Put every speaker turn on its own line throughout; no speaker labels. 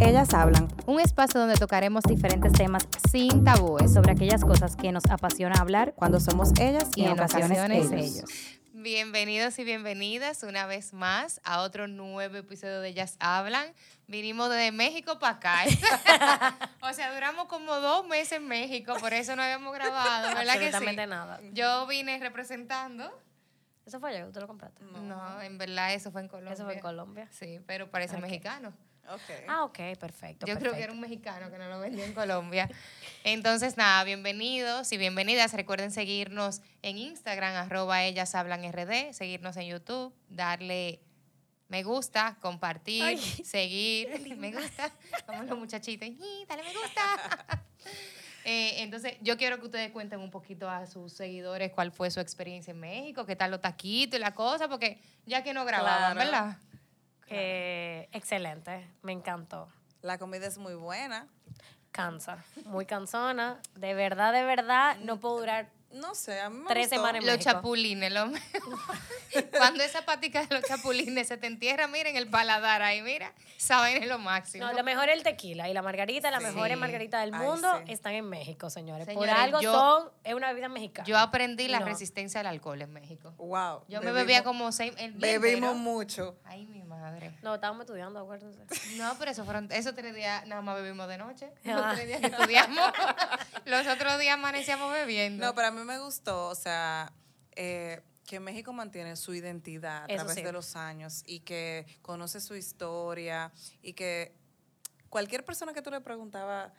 Ellas hablan.
Un espacio donde tocaremos diferentes temas sin tabúes sobre aquellas cosas que nos apasiona hablar
Cuando somos ellas y,
y en ocasiones
ellos.
ellos.
Bienvenidos y bienvenidas una vez más a otro nuevo episodio de Ellas Hablan. Vinimos de México para acá. o sea, duramos como dos meses en México, por eso no habíamos grabado, ¿verdad que
Absolutamente
sí?
nada.
Yo vine representando.
Eso fue yo, tú lo compraste.
No. en verdad eso fue en Colombia.
Eso fue en Colombia.
Sí, pero parece mexicano.
Ah, ok, perfecto.
Yo creo que era
perfecto.
un mexicano que no lo vendió en Colombia. Entonces, nada, bienvenidos y bienvenidas. Recuerden seguirnos en Instagram, arroba ellas hablan RD, seguirnos en YouTube, darle me gusta, compartir, seguir, me gusta, como los muchachitos, "Yi, dale me gusta. Eh, entonces, yo quiero que ustedes cuenten un poquito a sus seguidores cuál fue su experiencia en México, qué tal los taquitos y la cosa, porque ya que no grababan,
Claro.
¿verdad?
Eh, excelente, me encantó.
La comida es muy buena.
Cansa, muy cansona. De verdad, de verdad, no puedo durar.
No sé, a mí me
Tres
gustó.
semanas en
Los
México.
chapulines, lo mejor. Cuando esa patica de los chapulines se te entierra, miren el paladar ahí, mira, saben es lo máximo.
No, lo mejor es el tequila y la margarita, las
Sí.
mejores margaritas del
Ay,
mundo
sí.
están en México, señores.
Señores,
Por algo
yo-
son, es una bebida mexicana.
Yo aprendí la
No.
resistencia al alcohol en México.
Wow.
Yo me
Uh, bebimos-
bebía como seis. El día
Bebimos
entero.
mucho.
Ay, mi madre.
No, estábamos estudiando, acuérdense.
No, pero eso fueron, esos tres días nada más bebimos de noche.
Ah.
Los tres días que estudiamos. los otros días amanecíamos bebiendo.
No, pero a mí me gustó, o sea, eh, que México mantiene su identidad a
Eso
través
sí.
de los años y que conoce su historia y que cualquier persona que tú le preguntaba,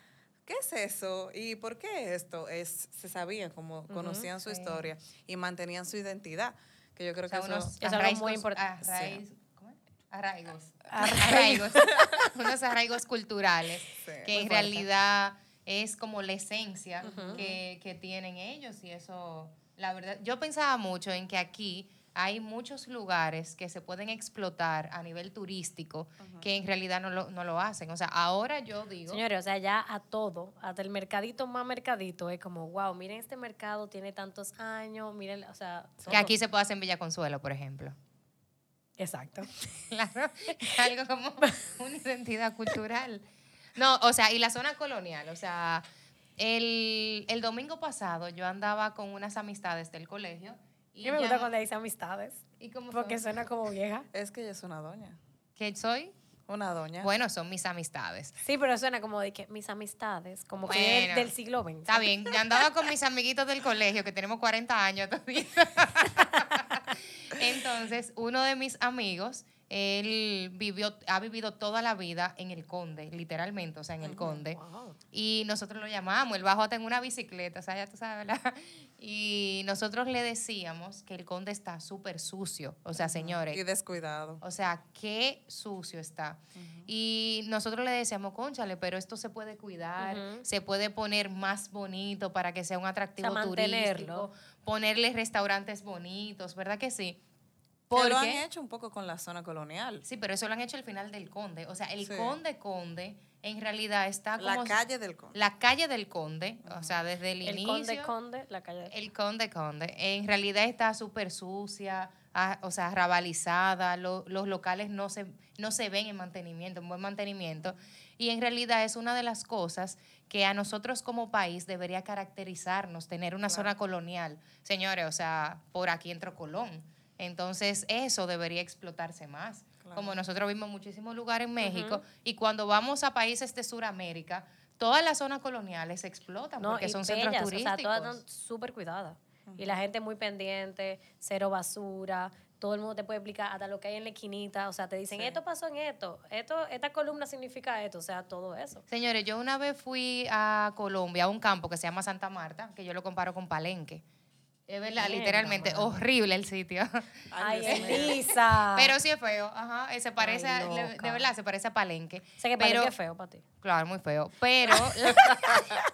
¿qué es eso? ¿Y por qué esto? Es, se sabían, como conocían su historia y mantenían su identidad. Que yo creo
o sea,
que eso,
unos
Eso es algo muy importante.
arraigos- ¿cómo es? Arraigos.
Arraigos.
Arraigos. unos arraigos culturales
Sí.
que
Muy
en
fuerte.
realidad es como la esencia que, que tienen ellos y eso, la verdad, yo pensaba mucho en que aquí hay muchos lugares que se pueden explotar a nivel turístico que en realidad no lo, no lo hacen. O sea, ahora yo digo...
Señores, o sea, ya a todo, hasta el mercadito más mercadito, es como, wow, miren este mercado, tiene tantos años, miren, o sea.
que
todo.
aquí se puede hacer en Villa Consuelo, por ejemplo.
Exacto.
Claro, es algo como una identidad cultural. No, o sea, y la zona colonial, o sea, el, el domingo pasado yo andaba con unas amistades del colegio. Y
Yo me
ya-
gusta cuando dice amistades.
¿Y cómo
Porque
son?
suena como vieja.
es que ella es una doña.
¿Qué soy?
Una doña.
Bueno, son mis amistades.
Sí, pero suena como de que mis amistades, como que viene
Bueno.
del siglo XX.
Está bien, yo andaba con mis amiguitos del colegio, que tenemos 40 años todavía. Entonces, uno de mis amigos, él vivió, ha vivido toda la vida en el Conde, literalmente, o sea, en el Conde.
Wow.
Y nosotros lo llamamos, él bajó hasta en una bicicleta, o sea, ya tú sabes, ¿verdad? Y nosotros le decíamos que el conde está súper sucio, o sea,
y
señores,
descuidado.
o sea, qué sucio está. Y nosotros le decíamos, conchale, pero esto se puede cuidar,
Ujú.
se puede poner más bonito para que sea un atractivo
mantenerlo.
turístico, ponerle restaurantes bonitos, ¿verdad que sí?
Que lo han hecho un poco con la zona colonial.
Sí, pero eso lo han hecho al final del conde. O sea, el
Sí.
conde conde en realidad está Ah, como...
La calle del Conde.
La calle del Conde, o sea, desde el,
El
inicio.
conde conde, la calle. de-
El Conde Conde. En realidad está súper sucia, ah, o sea, rabalizada. lo- los locales no se, no se ven en mantenimiento, en buen mantenimiento. Y en realidad es una de las cosas que a nosotros como país debería caracterizarnos, tener una zona colonial. Señores, o sea, por aquí entró Colón. Entonces, eso debería explotarse más. Como nosotros vimos muchísimos lugares en México y cuando vamos a países de Sudamérica, todas las zonas coloniales se explotan
No,
porque
y
son
bellas,
centros
o
turísticos.
sea, todas están súper cuidadas. Y la gente muy pendiente, cero basura, todo el mundo te puede explicar hasta lo que hay en la esquinita. O sea, te dicen, esto pasó en esto, esto esta columna significa esto, o sea, todo eso.
Señores, yo una vez fui a Colombia, a un campo que se llama Santa Marta, que yo lo comparo con Palenque. Es verdad, literalmente. Horrible el sitio.
Ay,
Dios mío.
es Lisa.
Pero sí es feo, ajá. eh, Se parece, a-
Ah. Ay,
le-
loca.
de verdad, se parece a Palenque.
sé que
pero,
parece feo para ti.
Claro, muy feo. Pero,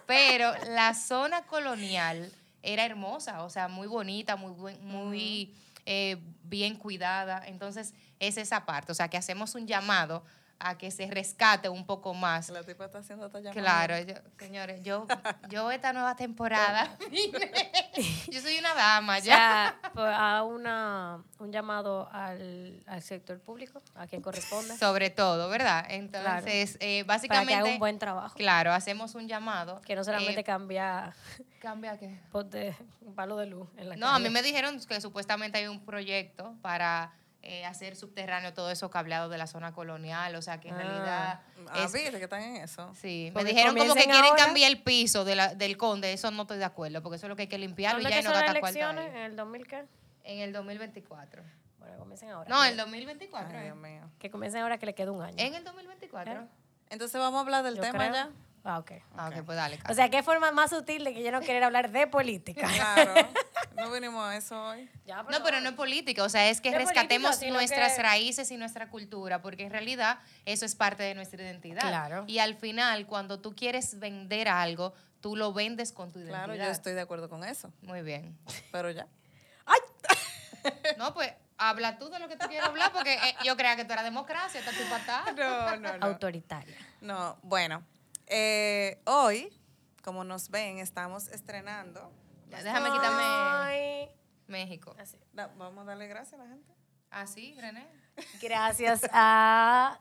pero la zona colonial era hermosa, o sea, muy bonita, muy, buen- muy eh, bien cuidada. Entonces, es esa parte, o sea, que hacemos un llamado a que se rescate un poco más.
La tipa está haciendo esta llamada.
Claro, yo- señores, yo, yo esta nueva temporada, vine. yo soy una dama ya.
O sea, pues, a una, un llamado al, al sector público, a quien corresponde,
Sobre todo, ¿verdad? Entonces, eh,
para que
básicamente,
haga un buen trabajo.
claro, hacemos un llamado.
Que no solamente
eh,
cambia
cambia qué.
ponte un palo de luz en la
No, a mí
calle.
me dijeron que supuestamente hay un proyecto para eh, hacer subterráneo todo eso cableado de la zona colonial, o sea que en
Ah.
realidad...
Ah,
es-
viste que están en eso.
sí, me
Porque
dijeron como que
comiencen
quieren
ahora.
cambiar el piso de la- del conde, eso no estoy de acuerdo, porque eso es lo que hay que limpiarlo y
¿Cuándo
ya
que
y no
son las
gastar cuarto
elecciones? ¿En
ahí.
el 2000 qué?
En el 2024.
Bueno, comiencen ahora.
No, el
Ay,
2024. eh.
Dios mío.
Que comiencen ahora que le queda un año.
En el 2024.
Entonces vamos a hablar del
Yo
tema
creo.
ya.
Ah, ok.
Ah, ok, pues dale.
O
Carlos.
sea, qué forma más sutil de que yo no querer hablar de política.
Claro. no vinimos a eso hoy.
Ya,
No, pero no es política, o sea, es que
No es política,
rescatemos
sino
nuestras
que-
raíces y nuestra cultura, porque en realidad eso es parte de nuestra identidad.
Claro.
Y al final, cuando tú quieres vender algo, tú lo vendes con tu identidad.
Claro, yo estoy de acuerdo con eso.
Muy bien.
Pero ya.
No, pues habla tú de lo que tú quieres hablar, porque eh, yo creía que tú eras democracia, esta tu
No,
patada.
no,
Autoritaria.
No, bueno. eh, hoy, como nos ven, estamos estrenando.
Déjame quitarme
Ay,
México.
así.
Da- vamos a darle gracias a la gente.
Así, René.
Gracias a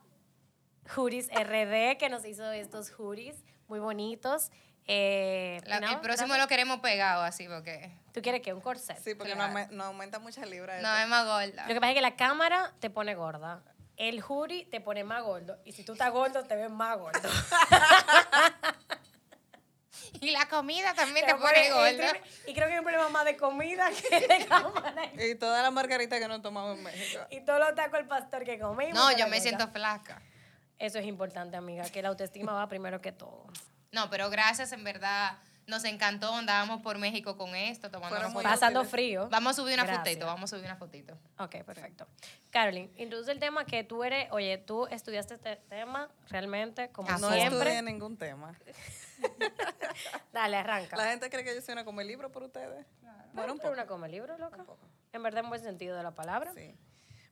Juris RD que nos hizo estos juris muy bonitos. Eh,
La-
¿no?
el próximo lo queremos pegado así, porque
¿Tú quieres que un corset?
Sí, porque
Claro.
no, aume- no aumenta muchas libras.
no es
esto.
más gorda.
Lo que pasa es que la cámara te pone gorda. El jury te pone más gordo. Y si tú estás gordo, te ves más gordo.
Y la comida también
Te
te,
va a
pone
poner-
gorda.
pues, Y creo que hay un problema más de comida que de cámara.
Y todas las margaritas que no tomamos en México.
Y todo lo taco el pastor que comimos.
No,
pero
yo me
gorda.
siento flaca.
Eso es importante, amiga, que la autoestima va primero que todo.
No, pero gracias, en verdad. Nos encantó, andábamos por México con esto, tomando
Fueron muy
Pasando frío.
Vamos a subir una
Gracias.
fotito, vamos a subir una fotito.
Ok, perfecto. Carolyn, introduce el tema que tú eres, oye, tú estudiaste este tema realmente, como
Ah,
No
siempre.
estudié ningún tema.
Dale, arranca.
La gente cree que yo soy una como el libro por ustedes. Bueno, un
¿Tú eres
poco.
una come libro, loca? En verdad, en buen sentido de la palabra.
Sí.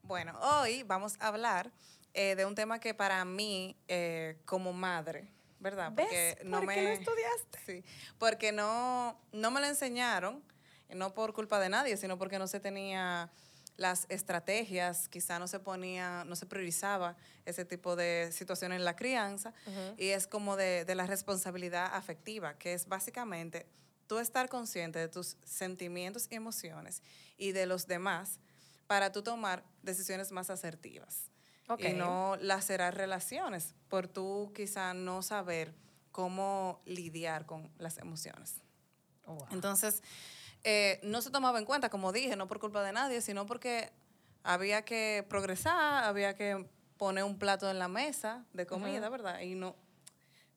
Bueno, hoy vamos a hablar eh, de un tema que para mí, eh, como madre, ¿verdad?
¿Ves por qué lo estudiaste?
Sí, porque no, no me lo enseñaron, no por culpa de nadie, sino porque no se tenía las estrategias, quizá no se ponía, no se priorizaba ese tipo de situaciones en la crianza, y es como de, de la responsabilidad afectiva, que es básicamente tú estar consciente de tus sentimientos y emociones y de los demás para tú tomar decisiones más asertivas
Ok.
y no lacerar relaciones por tú quizá no saber cómo lidiar con las emociones.
Oh, wow.
Entonces, eh, no se tomaba en cuenta, como dije, no por culpa de nadie, sino porque había que progresar, había que poner un plato en la mesa de comida, ¿verdad? Y no,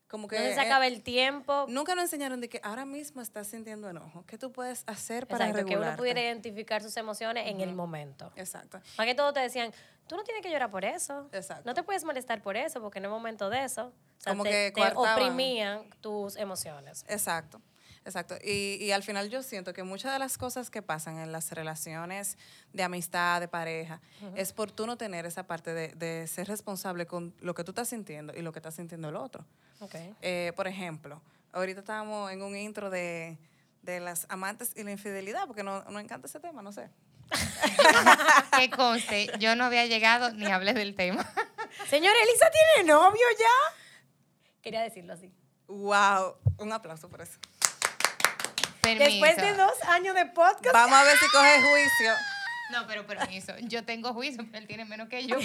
como que...
no se
eh,
acaba el tiempo.
Nunca nos enseñaron de que ahora mismo estás sintiendo enojo. ¿Qué tú puedes hacer para
Exacto, que uno
regularte?
pudiera identificar sus emociones en el momento.
Exacto.
Más que todo te decían, tú no tienes que llorar por eso.
Exacto.
No te puedes molestar por eso, porque no es momento de eso. O sea,
Como
te,
que
te
coartaban.
oprimían tus emociones.
Exacto, exacto. Y, y al final yo siento que muchas de las cosas que pasan en las relaciones de amistad, de pareja, es por tú no tener esa parte de, de ser responsable con lo que tú estás sintiendo y lo que está sintiendo el otro.
Okay.
Eh, por ejemplo, ahorita estábamos en un intro de, de las amantes y la infidelidad, porque no, no encanta ese tema, no sé.
que conste, yo no había llegado ni hablé del tema.
Señora Elisa tiene novio ya. Quería decirlo así.
¡Wow! Un aplauso por eso.
Permiso.
Después de dos años de podcast.
Vamos a ver si coge juicio.
No, pero permiso. Yo tengo juicio, pero él tiene menos que yo.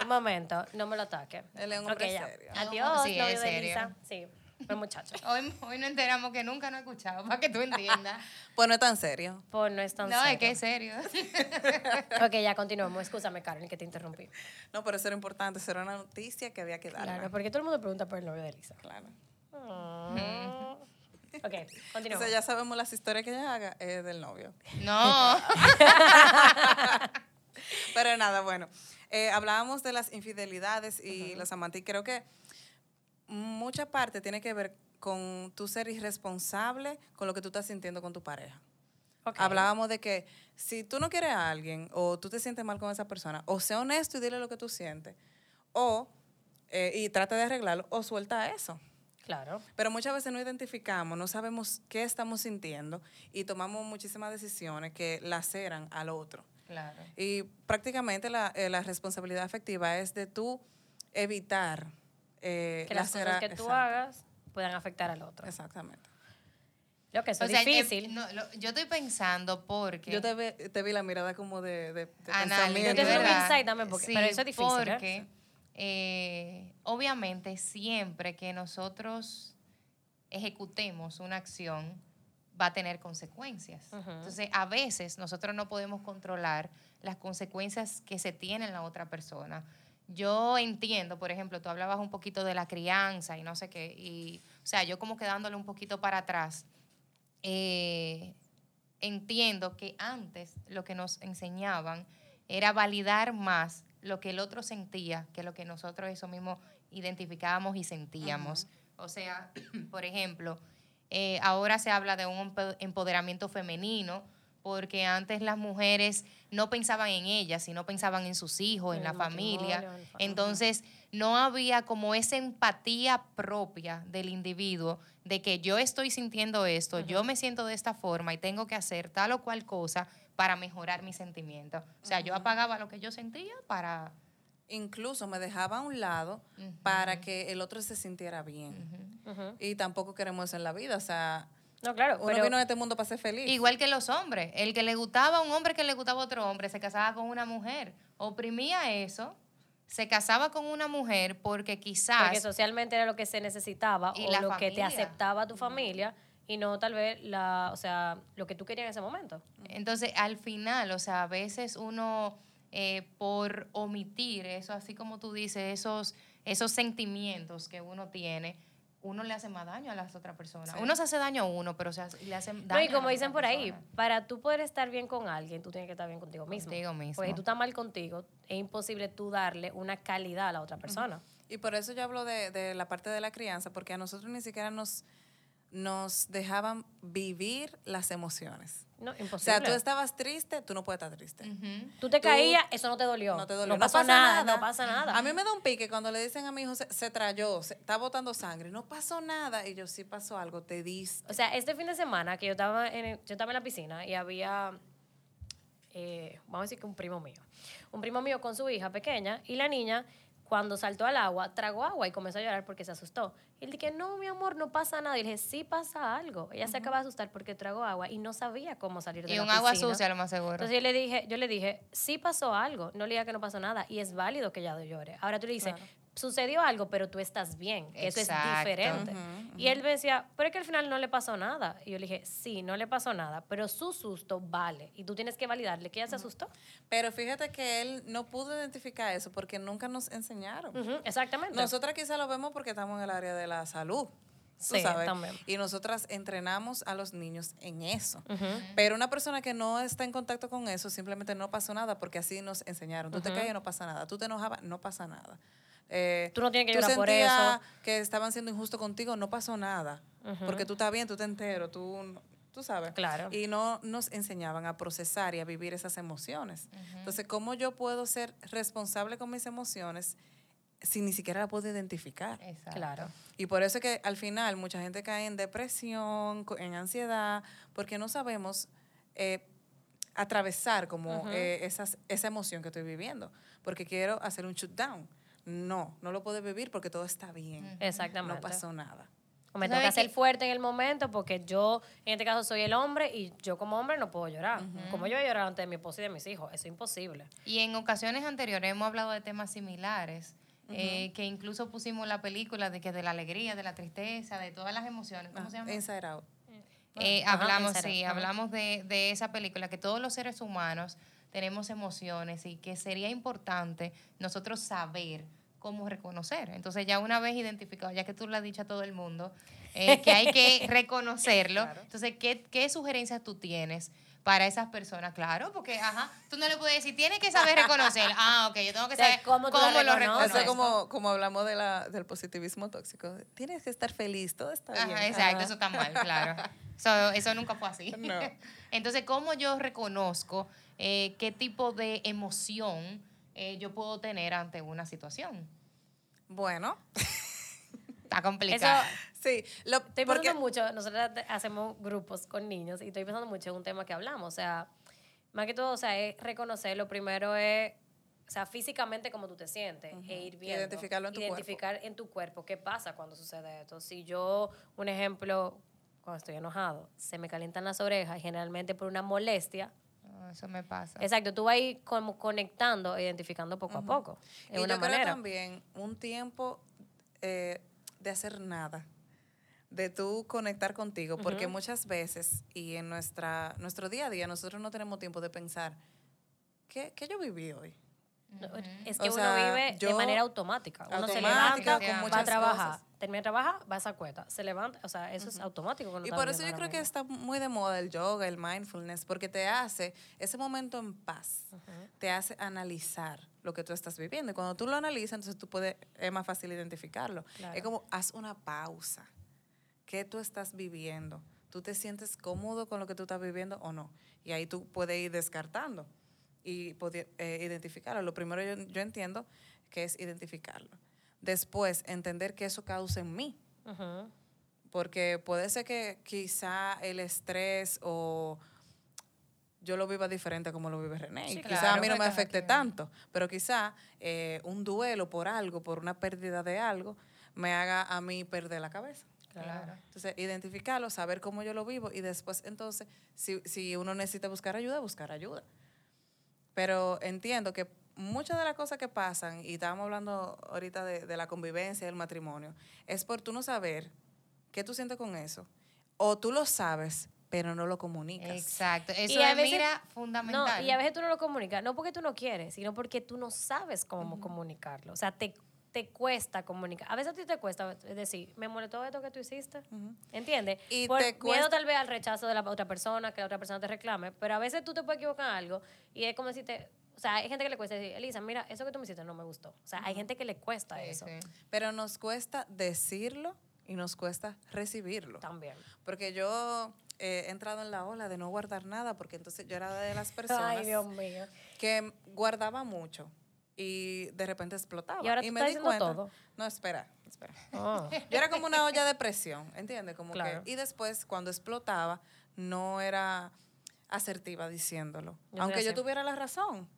Un momento, no me lo toque.
Él es un hombre
Ok, ya.
serio.
Adiós,
Sí,
novio
es
de
serio.
Elisa. Sí, buen muchacho.
hoy, hoy no enteramos que nunca no he escuchado, para que tú entiendas.
Pues no es tan serio.
Pues no es tan
No, es
serio.
que es serio.
Ok, ya continuamos. Escúchame, Carol, que te interrumpí.
No, pero eso era importante, eso era una
pues.
noticia que había que dar.
Claro, porque todo el mundo pregunta por el novio de Elisa.
claro.
Mm. Ok, continuamos.
Entonces ya sabemos las historias que ella haga es del novio.
No.
Pero nada, bueno. eh, hablábamos de las infidelidades y los amantes. Y creo que mucha parte tiene que ver con tú ser irresponsable con lo que tú estás sintiendo con tu pareja.
Ok.
Hablábamos de que si tú no quieres a alguien o tú te sientes mal con esa persona, o sea honesto y dile lo que tú sientes, o eh, y trata de arreglarlo, o suelta eso.
Claro.
Pero muchas veces no identificamos, no sabemos qué estamos sintiendo y tomamos muchísimas decisiones que laceran al otro.
Claro.
Y prácticamente la, eh, la responsabilidad afectiva es de tú evitar eh,
Que las cosas
lacera-
que tú
Exacto,
hagas puedan afectar al otro.
Exactamente.
Lo que eso
O
es
sea, que-
difícil.
no, lo- yo estoy pensando porque.
Yo te, ve- te vi la mirada como de, de, de
Anal,
Yo
pensamiento.
te
de
doy un
verdad.
insight también, porque- pero eso es difícil, ¿eh?
Porque, eh, obviamente, siempre que nosotros ejecutemos una acción, va a tener consecuencias. Entonces, a veces nosotros no podemos controlar las consecuencias que se tiene en la otra persona. Yo entiendo, por ejemplo, tú hablabas un poquito de la crianza y no sé qué, y, o sea, yo como quedándole un poquito para atrás, eh, entiendo que antes lo que nos enseñaban era validar más lo que el otro sentía que lo que nosotros eso mismo identificábamos y sentíamos. O sea, por ejemplo, eh, ahora se habla de un empo- empoderamiento femenino porque antes las mujeres no pensaban en ellas, sino pensaban en sus hijos, en,
En
la
el
familia.
matrimonio, en el fa-
Entonces, no había como esa empatía propia del individuo de que yo estoy sintiendo esto, yo me siento de esta forma y tengo que hacer tal o cual cosa para mejorar mis sentimientos. O sea, yo apagaba lo que yo sentía para...
Incluso me dejaba a un lado para que el otro se sintiera bien. Y tampoco queremos eso en la vida. O sea,
No, claro.
uno
pero,
vino a este mundo para ser feliz.
Igual que los hombres. El que le gustaba a un hombre que le gustaba a otro hombre se casaba con una mujer. Oprimía eso, se casaba con una mujer porque quizás...
Porque socialmente era lo que se necesitaba
Y
o
la
lo que te
familia.
aceptaba tu familia y no tal vez la, o sea, lo que tú querías en ese momento.
Entonces, al final, o sea, a veces uno eh, por omitir eso, así como tú dices, esos, esos sentimientos que uno tiene, uno le hace más daño a las otras personas. Uno se hace daño a uno, pero se hace- le hace daño.
No,
a
y como
las
dicen
otras
por ahí,
personas.
para tú poder estar bien con alguien, tú tienes que estar bien contigo mismo.
Contigo mismo.
Porque si tú estás mal contigo, es imposible tú darle una calidad a la otra persona.
Y por eso yo hablo de, de la parte de la crianza, porque a nosotros ni siquiera nos, nos dejaban vivir las emociones.
No, imposible.
O sea, tú estabas triste, tú no puedes estar triste.
te
tú-
caías, eso no te dolió.
No te dolió.
No pasó nada, no pasa nada.
A mí me da un pique cuando le dicen a mi hijo, se, se trayó, se- está botando sangre, no pasó nada. Y yo, sí pasó algo, te diste.
O sea, este fin de semana que yo estaba en, el- yo estaba en la piscina y había, eh, vamos a decir que un primo mío, un primo mío con su hija pequeña y la niña cuando saltó al agua, tragó agua y comenzó a llorar porque se asustó. Y él dije, no, mi amor, no pasa nada. Y le dije, sí pasa algo. Ella se acaba de asustar porque tragó agua y no sabía cómo salir de
Y
la
un
piscina.
agua sucia, lo más seguro.
Entonces yo le dije, yo le dije, sí pasó algo, no le diga que no pasó nada y es válido que ella llore. Ahora tú le dices, sucedió algo, pero tú estás bien, que eso es
Exacto.
diferente. Y él me decía, pero es que al final no le pasó nada. Y yo le dije, sí, no le pasó nada, pero su susto vale y tú tienes que validarle que ella se asustó.
Pero fíjate que él no pudo identificar eso porque nunca nos enseñaron.
Ujú, exactamente.
Nosotras quizá lo vemos porque estamos en el área de la salud. tú
Sí,
sabes.
también.
Y nosotras entrenamos a los niños en eso. Pero una persona que no está en contacto con eso, simplemente no pasó nada porque así nos enseñaron. Tú te caes, no pasa nada. Tú te enojabas, no pasa nada. Eh,
Tú no tienes que llorar por
sentías
eso.
que estaban siendo injustos contigo, no pasó nada. Porque tú estás bien, tú te entero, tú, no- tú sabes.
Claro.
Y no nos enseñaban a procesar y a vivir esas emociones. Entonces, ¿cómo yo puedo ser responsable con mis emociones si ni siquiera la puedo identificar?
Exacto.
claro.
Y por eso es que al final mucha gente cae en depresión, co- en ansiedad, porque no sabemos eh, atravesar como eh, esas, esa emoción que estoy viviendo. Porque quiero hacer un shutdown. No, no lo puedo vivir porque todo está bien.
Exactamente.
No pasó nada.
O me
¿Tú sabes
toca ser
qué?
fuerte en el momento porque yo, en este caso, soy el hombre y yo como hombre no puedo llorar. Como yo voy a llorar ante mi esposo y de mis hijos, eso es imposible.
Y en ocasiones anteriores hemos hablado de temas similares, eh, que incluso pusimos la película de que de la alegría, de la tristeza, de todas las emociones.
Ah,
¿Cómo se llama?
Inside out.
Eh,
Ajá,
hablamos,
esa era.
sí,
Ajá.
hablamos de, de esa película, que todos los seres humanos tenemos emociones y que sería importante nosotros saber cómo reconocer. Entonces ya una vez identificado, ya que tú lo has dicho a todo el mundo, eh, que hay que reconocerlo. Entonces, ¿qué, ¿qué sugerencias tú tienes para esas personas? Claro, porque, ajá, tú no le puedes decir, tienes que saber reconocer. Ah, ok, yo tengo que
De
saber
cómo
cómo,
tú la
lo
reconoces.
reconoces.
Eso como, como hablamos de la, del positivismo tóxico. Tienes que estar feliz, todo está bien.
Ajá, exacto, eso está mal, claro. So, eso nunca fue así.
No.
Entonces, ¿cómo yo reconozco eh, qué tipo de emoción eh, yo puedo tener ante una situación?
Bueno,
Está
Eso,
complicado.
sí. Lo,
estoy pensando
porque,
mucho, nosotros hacemos grupos con niños y estoy pensando mucho en un tema que hablamos, o sea, más que todo, o sea, es reconocer, lo primero es, o sea, físicamente cómo tú te sientes e ir viendo.
Identificarlo en tu cuerpo.
identificar en tu cuerpo qué pasa cuando sucede esto. Si yo, un ejemplo, cuando estoy enojado, se me calientan las orejas, y generalmente por una molestia.
Ah, Eso me pasa.
Exacto, tú vas a ir como conectando, identificando poco a poco.
y
Es
yo
una
creo
manera.
también un tiempo eh, de hacer nada, de tú conectar contigo, porque muchas veces y en nuestra, nuestro día a día nosotros no tenemos tiempo de pensar, ¿qué, qué yo viví hoy?
No, Es que
O
uno
sea,
vive de
yo-
manera automática. Uno se
Automática,
levanta,
con
va a
muchas
trabajar,
cosas.
termina de trabajar, va a esa cueta, se levanta, o sea, eso es automático. cuando
Y
está
por eso yo
viviendo
creo
ahora
que
mismo.
está muy de moda el yoga, el mindfulness, porque te hace ese momento en paz, te hace analizar lo que tú estás viviendo. Y cuando tú lo analizas, entonces tú puedes, es más fácil identificarlo. Es como, haz una pausa. ¿Qué tú estás viviendo? ¿Tú te sientes cómodo con lo que tú estás viviendo o no? Y ahí tú puedes ir descartando y poder, eh, identificarlo. Lo primero yo, yo entiendo que es identificarlo. Después, entender que eso causa en mí
Ujú.
porque puede ser que quizá el estrés o yo lo viva diferente como lo vive René. y
Sí,
quizá
claro,
a mí no me
cada
afecte
quien.
tanto, pero quizá eh, un duelo por algo, por una pérdida de algo, me haga a mí perder la cabeza.
Claro.
Entonces, identificarlo, saber cómo yo lo vivo y después, entonces, si, si uno necesita buscar ayuda, buscar ayuda. Pero entiendo que muchas de las cosas que pasan, y estábamos hablando ahorita de, de la convivencia, del matrimonio, es por tú no saber qué tú sientes con eso. O tú lo sabes, pero no lo comunicas.
Exacto. Eso
a
es,
veces-
mira,
No,
fundamental.
y a veces tú no lo comunicas, no porque tú no quieres, sino porque tú no sabes cómo comunicarlo. O sea, te, te cuesta comunicar. A veces a ti te cuesta decir, me molestó esto que tú hiciste, ¿entiendes?
Y
Por
te
miedo
cuesta-
tal vez al rechazo de la otra persona, que la otra persona te reclame, pero a veces tú te puedes equivocar en algo y es como decirte, o sea, hay gente que le cuesta decir, Elisa, mira, eso que tú me hiciste no me gustó. O sea, hay gente que le cuesta
Sí,
eso
sí.
Pero nos cuesta decirlo y nos cuesta recibirlo.
también.
Porque yo eh, he entrado en la ola de no guardar nada, porque entonces yo era de las personas
Ay, Dios mío.
que guardaba mucho y de repente explotaba.
Y ahora tú
me
estás
di
diciendo
cuenta.
todo.
No, espera, espera.
Ah.
Yo era como una olla de presión, ¿entiendes? Como
Claro.
que, y después, cuando explotaba, no era asertiva diciéndolo.
Yo soy
aunque yo
así.
tuviera la razón.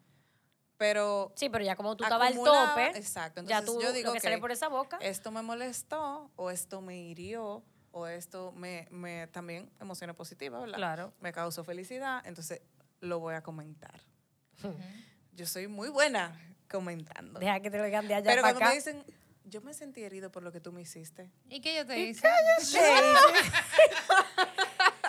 Pero
Sí, pero ya como tú estabas al
acumulaba-
tope,
Exacto.
ya
Entonces,
tú
yo digo
lo que sale
ok,
por esa boca.
Esto me molestó, o esto me hirió, o esto me, me también emociones positivas, ¿verdad?
Claro.
Me causó felicidad, entonces lo voy a comentar. Yo soy muy buena comentando.
Deja que te lo digan de allá
Pero
para
cuando
acá.
me dicen, yo me sentí herido por lo que tú me hiciste.
¿Y qué yo te hice?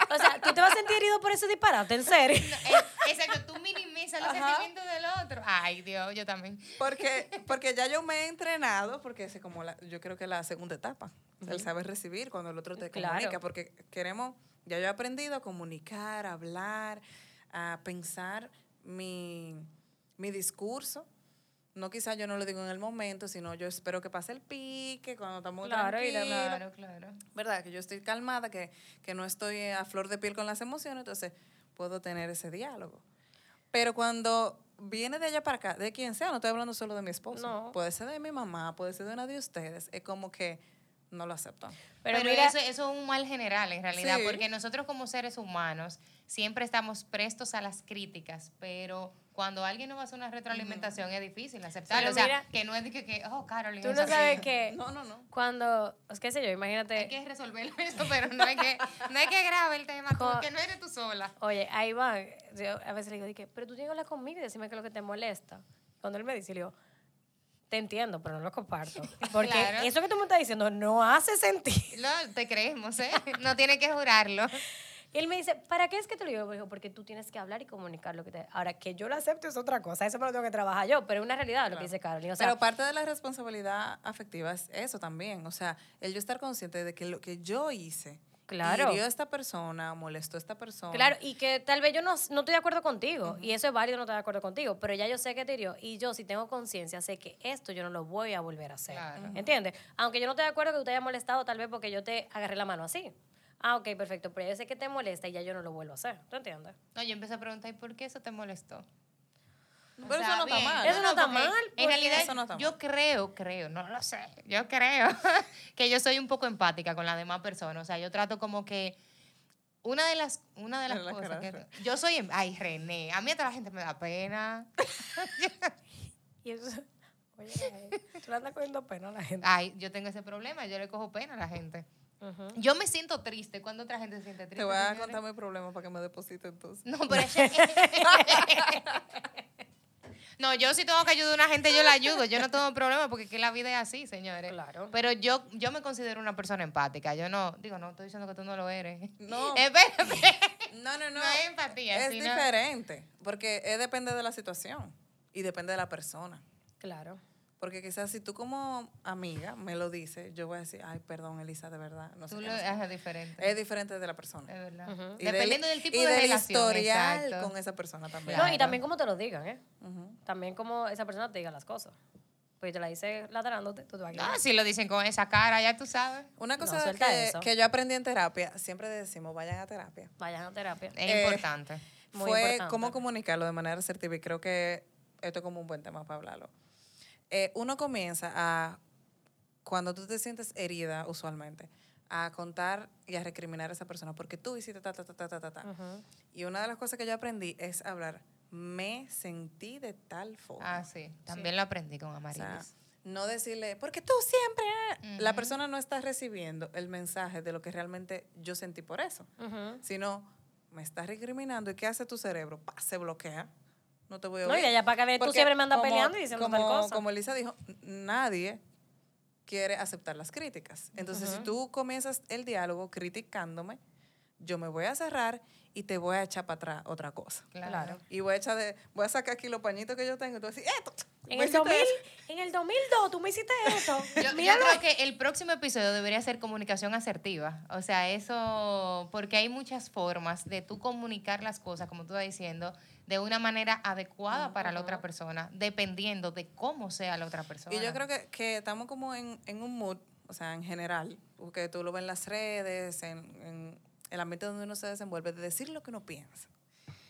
O sea, tú te vas a sentir herido por ese disparate, en serio.
Eh, Exacto, tú minimizas los sentimientos del otro. Ay, Dios, yo también.
Porque, porque ya yo me he entrenado, porque es como la- yo creo que la segunda etapa, el saber recibir cuando el otro te
Claro.
comunica, porque queremos, ya yo he aprendido a comunicar, a hablar, a pensar mi, mi discurso. No quizás yo no lo digo en el momento, sino yo espero que pase el pique, cuando estamos
Claro, y de-
tranquilos.
Claro, claro.
¿Verdad? Que yo estoy calmada, que, que no estoy a flor de piel con las emociones, entonces puedo tener ese diálogo. Pero cuando viene de allá para acá, de quien sea, no estoy hablando solo de mi esposo,
No.
puede ser de mi mamá, puede ser de una de ustedes, es como que no lo aceptan.
Pero,
Pero, mira,
eso, eso es un mal general en realidad,
Sí.
porque nosotros como seres humanos siempre estamos prestos a las críticas, pero cuando alguien nos hace una retroalimentación es difícil aceptarlo.
Pero
o sea,
mira-
que no es de que, que, oh, Carolina,
tú
eso
no
sí".
sabes que
No, no, no.
cuando, es qué sé yo,
Hay
imagínate,
que resolverlo eso, pero no es que, no es que grave el tema,
Co-
porque no eres tú sola.
oye, ahí va, yo a veces le digo, dije, pero tú tienes que hablar conmigo y decirme qué es lo que te molesta. Cuando él me dice, le digo, te entiendo, pero no lo comparto. Porque
Claro.
eso que tú me estás diciendo no hace sentido.
No, te creemos, ¿eh? No tiene que jurarlo.
Y él me dice, ¿para qué es que te lo digo? Me dijo, porque tú tienes que hablar y comunicar lo que te... Ahora, que yo lo acepto es otra cosa, eso me lo tengo que trabajar yo, pero es una realidad lo que dice Carolina. O sea,
Pero parte de la responsabilidad afectiva es eso también. O sea, el yo estar consciente de que lo que yo hice
Claro.
hirió a esta persona, molestó a esta persona.
Claro, y que tal vez yo no, no estoy de acuerdo contigo, y eso es válido no estar de acuerdo contigo, pero ya yo sé que te hirió, y yo si tengo conciencia, sé que esto yo no lo voy a volver a hacer.
Claro.
¿Entiendes? Aunque yo no esté de acuerdo que tú te haya molestado, tal vez porque yo te agarré la mano así. Ah, ok, perfecto, pero yo sé que te molesta y ya yo no lo vuelvo a hacer. ¿Tú entiendes?
No, yo empecé a preguntar, ¿y por qué eso te molestó?
Pero eso no está
bien.
mal.
Eso no está
porque
mal,
En
porque-
realidad,
Eso no está
yo
mal.
creo, creo, no lo sé, yo creo que yo soy un poco empática con las demás personas. O sea, yo trato como que una de las, una de las
Mira la
cosas que...
cara.
Yo soy... em- Ay, René, a mí hasta la gente me da pena.
Y eso... Oye, tú le andas cogiendo pena a la gente.
Ay, yo tengo ese problema, yo le cojo pena a la gente. Yo me siento triste cuando otra gente se siente triste.
Te voy a
señores.
contar mi problema para que me deposite entonces.
No, pero es que- No, yo si tengo que ayudar a una gente, yo la ayudo. Yo no tengo problema porque que la vida es así, señores.
Claro.
Pero yo, yo me considero una persona empática. Yo no, digo, no, estoy diciendo que tú no lo eres.
No.
Espérate.
No, no, no.
No es empatía,
Es
sino-
diferente, porque eh, depende de la situación y depende de la persona.
Claro.
Porque quizás si tú como amiga me lo dices, yo voy a decir, ay, perdón, Elisa, de verdad. No sé
Tú
qué,
lo
no sé
ajá, diferente.
qué". Es diferente de la persona.
Es verdad.
Y del-
Dependiendo del, tipo
y
de
del
relación.
historial
exacto.
con esa persona también.
No, y
Claro.
también cómo te lo digan, ¿eh? También cómo esa persona te diga las cosas. Pues te la dice ladrando, tú te vas a
No, si lo dicen con esa cara, ya tú sabes.
Una
No,
cosa
suelta
que,
eso.
que yo aprendí en terapia, siempre decimos, vayan a terapia.
Vayan a terapia.
Es
Eh,
importante.
Muy
fue
importante.
cómo comunicarlo de manera asertiva y creo que esto es como un buen tema para hablarlo. Eh, uno comienza a, cuando tú te sientes herida usualmente, a contar y a recriminar a esa persona porque tú hiciste ta, ta, ta, ta, ta, ta. ta. Y una de las cosas que yo aprendí es hablar, me sentí de tal forma.
Ah, sí. También lo aprendí con
O sea,
Amarilis.
no decirle, porque tú siempre... eh". La persona no está recibiendo el mensaje de lo que realmente yo sentí por eso, sino me estás recriminando y ¿qué hace tu cerebro? Pa, se bloquea. No te voy a
No, y
oír.
de allá para acá, tú
Porque
siempre me andas
como-
peleando y diciendo
como,
tal cosa.
Como Elisa dijo, n- nadie quiere aceptar las críticas. Entonces, si tú comienzas el diálogo criticándome, yo me voy a cerrar y te voy a echar para atrás otra cosa.
claro.
Y voy a echar de, voy a sacar aquí los pañitos que yo tengo y tú vas a decir, esto.
En
me
el,
hiciste
2000,
eso".
en el 2002 tú me hiciste esto.
Yo, yo
Míralo.
creo que el próximo episodio debería ser comunicación asertiva. O sea, eso, porque hay muchas formas de tú comunicar las cosas, como tú estás diciendo, de una manera adecuada para la otra persona, dependiendo de cómo sea la otra persona.
Y yo creo que, que estamos como en, en un mood, o sea, en general, que tú lo ves en las redes, en, en el ambiente donde uno se desenvuelve, de decir lo que uno piensa.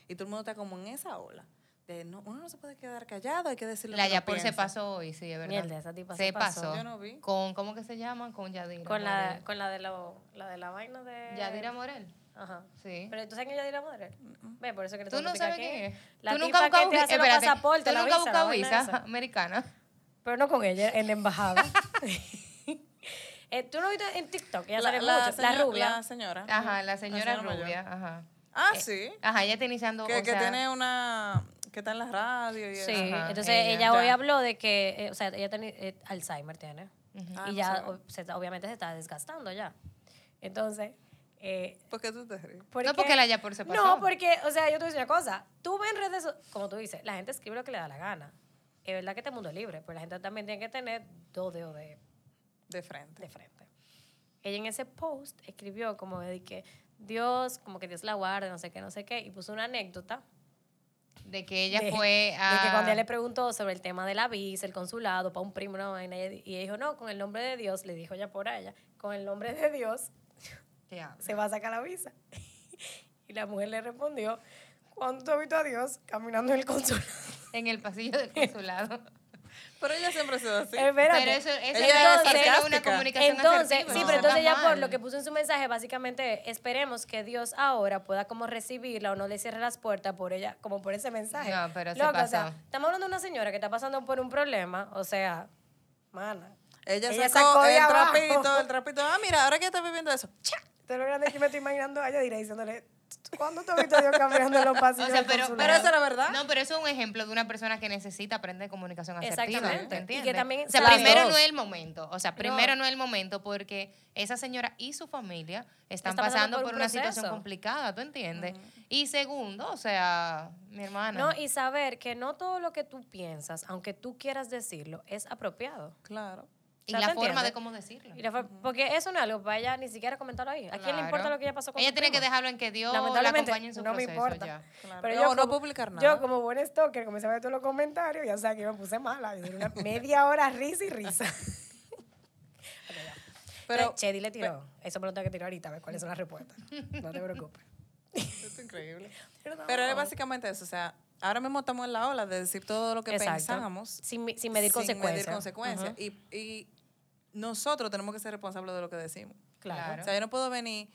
Y todo el mundo está como en esa ola. De no, uno no se puede quedar callado, hay que decir lo
la
que uno
Yapor se
piensa.
pasó hoy, sí, es verdad.
Mierda, esa tipa
se
se
pasó.
pasó.
Yo no vi.
Con, ¿Cómo que se llama? Con Yadira.
Con la,
Morel.
con la de lo- la de la vaina de.
Yadira Morel.
Ajá.
Sí.
Pero tú sabes que Yadira Morel. Ve, por eso que le
Tú
tengo
no
que
sabes
explicar
quién es.
La
tú
tipa
nunca
que te
vi-
hace los
espérate,
pasaportes,
Tú
la
nunca
visa, la
buscas
vaina
visa
esa.
americana.
Pero no con ella, en la embajada. Eh, tú no viste en TikTok, ya sabes mucho. la
señora-
rubia.
La señora.
Ajá, la señora
mayor.
rubia. Ajá.
Ah, sí.
Eh, Ajá, ella está iniciando.
que
o
que
sea,
tiene una. que está en la radio y eso.
Sí,
Ajá,
entonces
ella.
ella, hoy
Ya.
habló de que, eh, o sea, ella tiene eh, Alzheimer tiene
Ah, no
y ya
sabía.
o- se está- obviamente se está desgastando ya. Entonces, eh,
¿Por qué tú te ríes?
No, porque la Yapor se pasó.
No, porque, o sea, yo te voy a decir una cosa. Tú ves en redes, so- como tú dices, la gente escribe lo que le da la gana. Es verdad que este mundo es libre, pero la gente también tiene que tener dos dedos de,
De frente.
de frente. Ella en ese post escribió como de que Dios, como que Dios la guarde, no sé qué, no sé qué, y puso una anécdota
De que ella
de-
fue a.
de que cuando él le preguntó sobre el tema de la visa, el consulado, para un primo, una vaina, ella di- y ella dijo, no, con el nombre de Dios, le dijo ella por allá, con el nombre de Dios
¿Qué habla?
se va a sacar la visa. Y la mujer le respondió, ¿cuándo tú has visto a Dios caminando en el consulado?
En el pasillo del consulado.
Pero ella siempre ha sido así.
Espérate.
Pero eso, eso
Ella
no
es
eso no es una
sarcástica.
comunicación
Entonces,
asertiva,
sí,
no está
pero entonces ya por
mal.
lo que puso en su mensaje, básicamente esperemos que Dios ahora pueda como recibirla o no le cierre las puertas por ella, como por ese mensaje.
No, pero se
Loca,
pasó.
o sea, estamos hablando de una señora que está pasando por un problema, o sea, mana.
Ella,
Ella
sacó,
sacó de
el
abajo.
trapito, el trapito. Ah, mira, ahora que está viviendo eso.
Te lo grande que me estoy imaginando a ella dirá diciéndole,
¿Cuándo te he visto yo caminando los pasillos?
O sea,
del
pero,
consulado?
pero
esa es la verdad.
No, pero eso es un ejemplo de una persona que necesita aprender comunicación asertiva.
Exactamente.
¿te
Y que
entiendes?
también
o sea,
las
primero
dos.
no es el momento. O sea, primero no, es el momento porque esa señora y su familia están
Está
pasando por,
un
una
proceso.
situación complicada, ¿tú entiendes? Y segundo, o sea, mi hermana.
No, y saber que no todo lo que tú piensas, aunque tú quieras decirlo, es apropiado.
Claro.
y
o sea,
la
¿tú
forma
entiendes?
de cómo decirlo.
Y la fa- Porque eso no es algo para ella ni siquiera comentarlo ahí. ¿A quién le
Claro.
importa lo que ella pasó con
Ella
su
tiene que
primo?
dejarlo en que Dios la
Lamentablemente,
acompañe en su
no me
proceso.
importa.
ya.
claro.
Pero
no,
yo
no
como-
publicar nada.
Yo, como buen stalker, comencé a ver todos los comentarios, ya sabes que yo me puse mala. Yo duré una media hora risa y risa.
pero
che, dile tiró. Eso me lo tengo que tirar ahorita, a ver cuáles son las respuestas. No te preocupes.
es increíble. Pero es básicamente eso, o sea, ahora mismo estamos en la ola de decir todo lo que
Exacto.
pensamos
Sin, mi- sin medir consecuencias.
consecuencias. Y, y nosotros tenemos que ser responsables de lo que decimos.
Claro.
O sea, yo no puedo venir,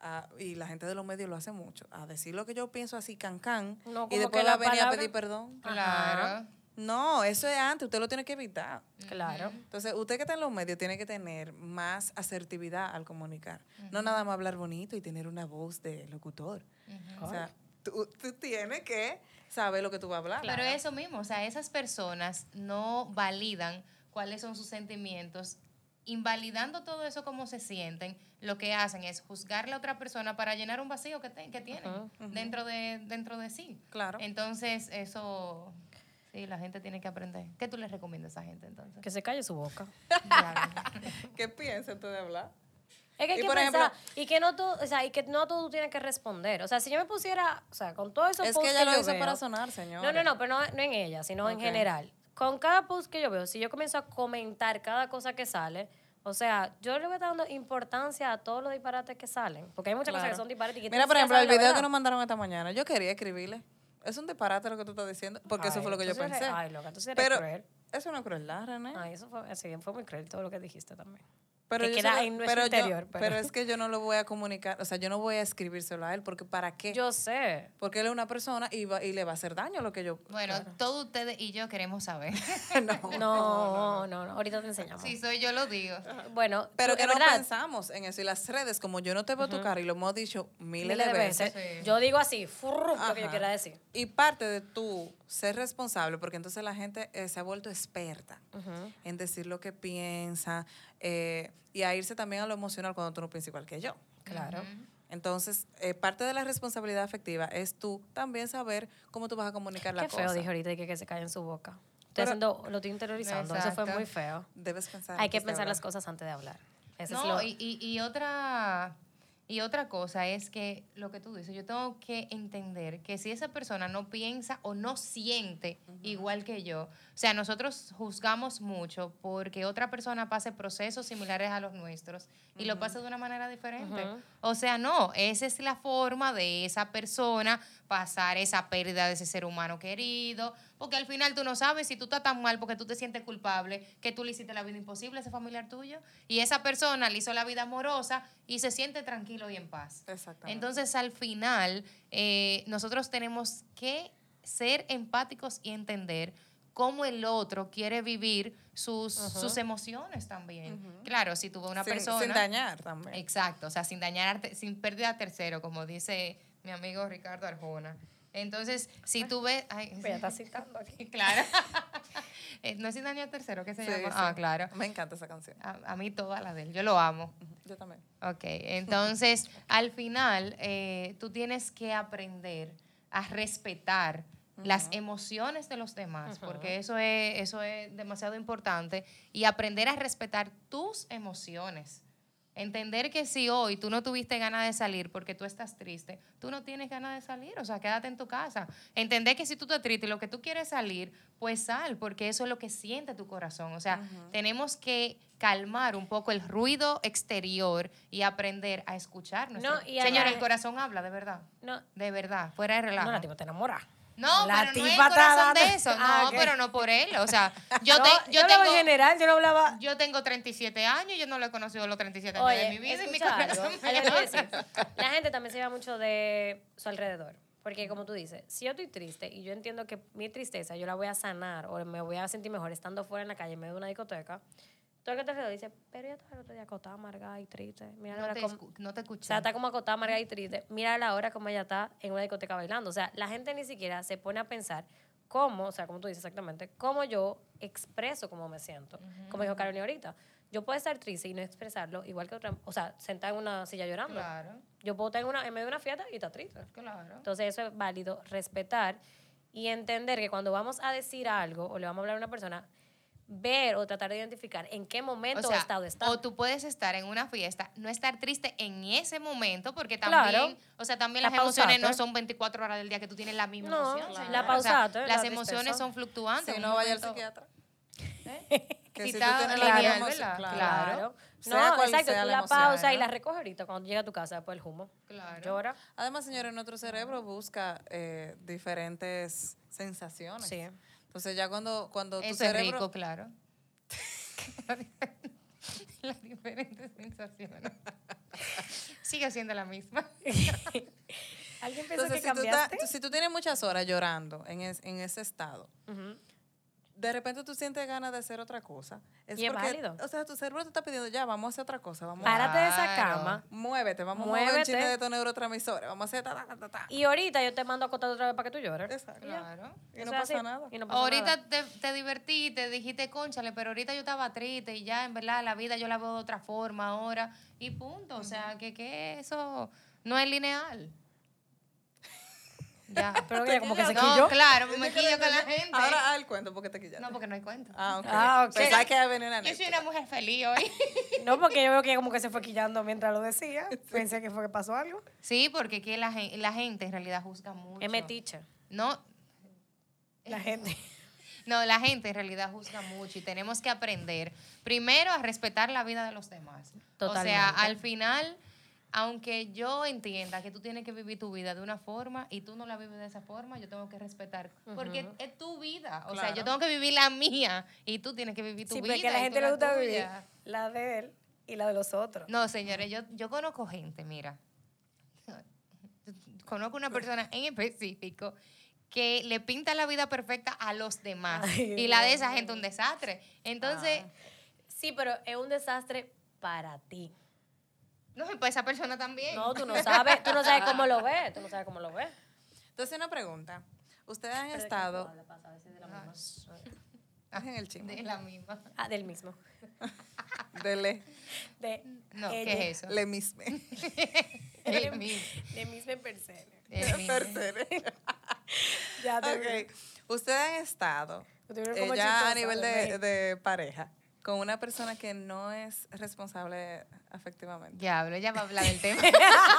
a- y la gente de los medios lo hace mucho, a decir lo que yo pienso así, cancán,
No, como
y
que
después
la
va a venir a
palabra- Ah.
pedir perdón.
Claro.
No, eso es antes, usted lo tiene que evitar.
Claro.
Entonces, usted que está en los medios tiene que tener más asertividad al comunicar. No nada más hablar bonito y tener una voz de locutor. O sea, tú, tú tienes que saber lo que tú vas a hablar.
Pero eso mismo, o sea, esas personas no validan cuáles son sus sentimientos, invalidando todo eso como se sienten, lo que hacen es juzgarle a otra persona para llenar un vacío que, te- que tienen dentro, de, dentro de sí.
Claro.
Entonces, eso, sí, la gente tiene que aprender. ¿Qué tú les recomiendas a esa gente entonces?
Que se calle su boca.
¿Qué piensas tú de hablar?
Es que hay
Y
que
por
pensar,
ejemplo-
y que no tú, o sea, y que no tú tienes que responder. O sea, si yo me pusiera, o sea, con todo eso
Es que ella lo hizo para sonar,
señor.
señora.
No, no, no, pero no, no en ella, sino en
Ok.
general. Con cada post que yo veo, si yo comienzo a comentar cada cosa que sale, o sea, yo le voy dando importancia a todos los disparates que salen, porque hay muchas cosas que son disparates. y que tú
Mira,
ni
por
siquiera
ejemplo, el
sabes la
video que
verdad.
nos mandaron esta mañana, yo quería escribirle. Es un disparate lo que tú estás diciendo, porque eso
Ay,
fue lo que yo
entonces eres-
pensé.
ay, loca, tú sí eres
Pero
cruel.
eso no es crueldad, René.
Ay, eso fue, así, fue muy cruel todo lo que dijiste también.
pero
que
yo
queda
se lo-
en nuestro
yo-
interior, pero-
pero es que yo no lo voy a comunicar, o sea, yo no voy a escribírselo a él, porque ¿para qué?
Yo sé.
porque él es una persona y, va- y le va a hacer daño lo que yo...
Bueno, todos ustedes y yo queremos saber.
No, no, no, ahorita te enseñamos.
si soy yo, lo digo.
Bueno,
Pero
tú-
que
es
no
verdad,
pensamos en eso. Y las redes, como yo no te veo tu cara, y lo hemos dicho miles,
miles de veces. Yo digo así, furru, lo que yo
Ajá.
quiera decir.
Y parte de tú ser responsable, porque entonces la gente eh, se ha vuelto experta en decir lo que piensa eh, y a irse también a lo emocional cuando tú no piensas igual que yo.
Claro.
Entonces, eh, parte de la responsabilidad afectiva es tú también saber cómo tú vas a comunicar la
Qué feo
cosa.
dije ahorita que, que se cae en su boca. Estoy
Pero-
haciendo, lo estoy interiorizando. Eso fue
Exacto.
muy feo.
Debes pensar.
Hay que
antes de
pensar las
hablar.
cosas antes de hablar. Eso es
No,
lo-
y, y- y otra y otra cosa es que lo que tú dices, yo tengo que entender que si esa persona no piensa o no siente igual que yo, o sea, nosotros juzgamos mucho porque otra persona pase procesos similares a los nuestros y lo pase de una manera diferente. O sea, no, esa es la forma de esa persona pasar esa pérdida de ese ser humano querido, porque al final tú no sabes si tú estás tan mal porque tú te sientes culpable, que tú le hiciste la vida imposible a ese familiar tuyo, y esa persona le hizo la vida amorosa y se siente tranquilo y en paz.
Exactamente.
Entonces, al final, eh, nosotros tenemos que ser empáticos y entender cómo el otro quiere vivir sus, sus emociones también. Claro, si tuvo una
Sin-
persona...
Sin dañar también.
Exacto, o sea, sin dañar, a te- sin pérdida a tercero, como dice mi amigo Ricardo Arjona. Entonces, si tú ves... ay,
Pero Pues ya estás citando aquí.
claro. Eh, no es sin daño a tercero, ¿qué se
Sí,
llama?
sí.
Ah, claro.
Me encanta esa canción.
A, a mí toda la de él, yo lo amo.
Yo también.
Ok, entonces al final eh, tú tienes que aprender a respetar las emociones de los demás, porque eso es, eso es demasiado importante, y aprender a respetar tus emociones. Entender que si hoy tú no tuviste ganas de salir porque tú estás triste, tú no tienes ganas de salir, o sea, quédate en tu casa. Entender que si tú estás triste y lo que tú quieres es salir, pues sal, porque eso es lo que siente tu corazón. O sea, tenemos que calmar un poco el ruido exterior y aprender a escucharnos.
No, y a
Señora,
la-
el corazón habla, de verdad.
No,
De verdad, fuera de relajo.
no, la tipa te enamora.
No,
La
pero no es el
tipa está
corazón de
dando-
eso. No,
Ah, ok.
pero no por él. O sea, yo,
No,
te- yo
hablaba en
tengo...
general, yo no hablaba...
Yo tengo 37 años, yo no lo he conocido los 37 años
Oye,
de mi vida y mi
escucha algo,
corazón
yo le voy a
me
decir, La gente también se lleva mucho de su alrededor. Porque como tú dices, si yo estoy triste y yo entiendo que mi tristeza yo la voy a sanar o me voy a sentir mejor estando fuera en la calle en medio de una discoteca, Todo el que te alrededor dice, pero ella estaba el otro día acotada, amargada y triste. Mira
No
ahora
te,
cómo-
escu- no te
O sea,
escuché.
está como acotada, amargada y triste. Mira la hora como ella está en una discoteca bailando. O sea, la gente ni siquiera se pone a pensar cómo, o sea, como tú dices exactamente, cómo yo expreso cómo me siento. Como dijo Carolina ahorita. Yo puedo estar triste y no expresarlo, igual que otra, o sea, sentada en una silla llorando.
Claro,
Yo puedo estar en, una, en medio de una fiesta y estar triste.
claro.
Entonces eso es válido, respetar y entender que cuando vamos a decir algo o le vamos a hablar a una persona, ver o tratar de identificar en qué
O
momento o
sea,
estado está.
o tú puedes estar en una fiesta, no estar triste en ese momento, porque también,
Claro.
o sea, también
La
las emociones no
pausaste.
son 24 horas del día que tú tienes la misma
No,
emoción.
claro.
señora.
la
O sea,
pausaste, la
las
tristeza.
emociones son
Ah,
fluctuantes.
Si
un
no vaya al
momento-
psiquiatra. Que
¿Eh?
Si
si tú
está
tienes la
lineal,
misma emoción,
¿verdad?
claro.
Claro.
Sea
no,
cual
exacto,
sea
tú
la
la,
emoción,
pausa y
¿no?
la recoges ahorita cuando llega a tu casa después del humo.
Claro.
Llora.
Además, señores, nuestro cerebro busca eh, diferentes sensaciones.
Sí.
Entonces ya cuando, cuando tu
Eso es
cerebro...
rico, claro. Las diferentes sensaciones. Sigue siendo la misma.
¿Alguien pensó que
Entonces, si tú, ta-
cambiaste?
tú- si tú tienes muchas horas llorando en, es- en ese estado, de repente tú sientes ganas de hacer otra cosa. Es
Y es válido.
O sea, tu cerebro te está pidiendo, ya, vamos a hacer otra cosa, vamos a...
Párate de esa
Claro.
cama.
Muévete, vamos a mover un
Muévete.
chiste de tu neurotransmisores, vamos a hacer ta, ta, ta, ta, ta.
Y ahorita yo te mando a acotar otra vez para que tú llores.
Exacto.
Claro.
Y
Eso
no
es
pasa
así,
nada.
y no pasa nada.
Ahorita te, te divertiste, dijiste, conchale, pero ahorita yo estaba triste y ya, en verdad, la vida yo la veo de otra forma ahora y punto. O sea, que, que eso no es lineal. Ya,
Pero ella como que se
No,
quilló.
claro, me quillo con la gente.
Ahora al cuento porque te quillaste.
no, porque no hay cuento.
Ah, ok.
Ah, ok.
Pensaba que iba a venir una
Yo soy
anécdota.
una mujer feliz hoy.
No, porque yo veo que como que se fue quillando mientras lo decía. Pensé que fue que pasó algo.
Sí, porque que la, gen- la gente en realidad juzga mucho.
Es metiche.
No,
La gente.
no, la gente en realidad juzga mucho y tenemos que aprender primero a respetar la vida de los demás. O
Totalmente.
sea, al final, aunque yo entienda que tú tienes que vivir tu vida de una forma y tú no la vives de esa forma, yo tengo que respetar porque es tu vida. O sea, yo tengo que vivir la mía y tú tienes que vivir tu
Sí,
vida.
porque a
y
la
tú
gente
la
le gusta
tuya.
vivir.
La de él y la de los otros.
No, señores, yo, yo conozco gente, mira. Conozco una persona en específico que le pinta la vida perfecta a los demás.
Ay,
y la de esa gente un desastre. Entonces,
Ah. Sí, pero es un desastre para ti.
no sé, pues esa persona también.
No, tú no sabes, tú no sabes cómo lo ves, tú no sabes cómo lo ves.
Entonces, una pregunta. Ustedes han estado... Es en el chisme.
De la misma.
Ah, del mismo.
Dele,
De,
Mm.
No,
ella.
¿qué es eso?
le misme.
El mismo.
De mismo en persona.
El mismo.
Ya
Ah,
te
Ok. Ustedes han estado
Estuvieron
eh,
como
ya a
chistosas,
nivel de,
¿verdad?
de pareja con una persona que no es responsable afectivamente.
Diablo, ya va a hablar del tema.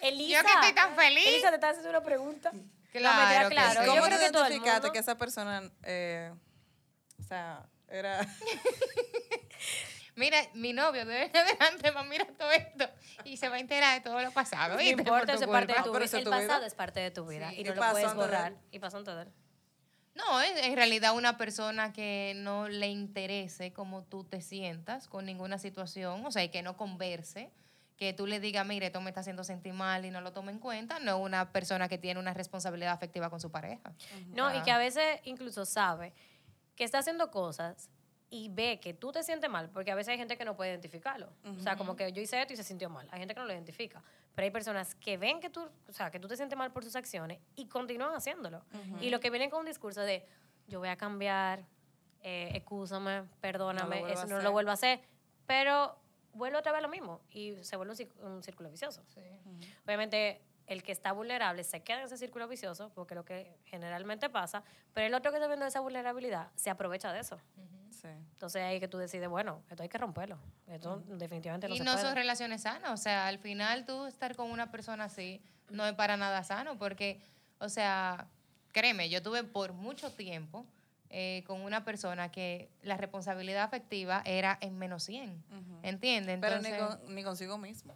Elisa.
Yo que estoy tan feliz.
Elisa, te estás haciendo una pregunta.
claro, que
claro,
sí.
yo
¿Cómo te
creo que todo el
identificaste
mundo-
que esa persona, eh, o sea, era...
Mira, mi novio de delante va a mirar todo esto y se va a enterar de todo lo pasado.
No
¿viste? Por tu
importa, eso es parte de
culpa.
tu
pero
vida.
eso es
El
tu vida.
pasado es parte de tu vida
Sí,
y
y
no lo
pasó
puedes
antes de
borrar.
él.
Y pasó en todo él.
No, es en realidad una persona que no le interese cómo tú te sientas con ninguna situación, o sea, y que no converse, que tú le digas, mire, esto me está haciendo sentir mal y no lo tome en cuenta, no es una persona que tiene una responsabilidad afectiva con su pareja.
No, y que a veces incluso sabe que está haciendo cosas y ve que tú te sientes mal, porque a veces hay gente que no puede identificarlo. O sea, como que yo hice esto y se sintió mal. Hay gente que no lo identifica. Pero hay personas que ven que tú, o sea, que tú te sientes mal por sus acciones y continúan haciéndolo. Y lo que vienen con un discurso de yo voy a cambiar, eh, excúsame, perdóname,
vuelvo
eso
a
no lo
hacer.
vuelvo a hacer, pero vuelve otra vez a lo mismo y se vuelve un, cic- un círculo vicioso. Obviamente, el que está vulnerable se queda en ese círculo vicioso, porque lo que generalmente pasa, pero el otro que está viendo esa vulnerabilidad se aprovecha de eso.
Sí.
Entonces ahí es que tú decides, bueno, esto hay que romperlo. Esto definitivamente no
Mm. y
se
no
puede.
son relaciones sanas, o sea, al final tú estar con una persona así no es para nada sano, porque, o sea, créeme, yo tuve por mucho tiempo eh, con una persona que la responsabilidad afectiva era en menos 100, ¿entiendes?
Pero ni,
Entonces-
con- ni consigo mismo.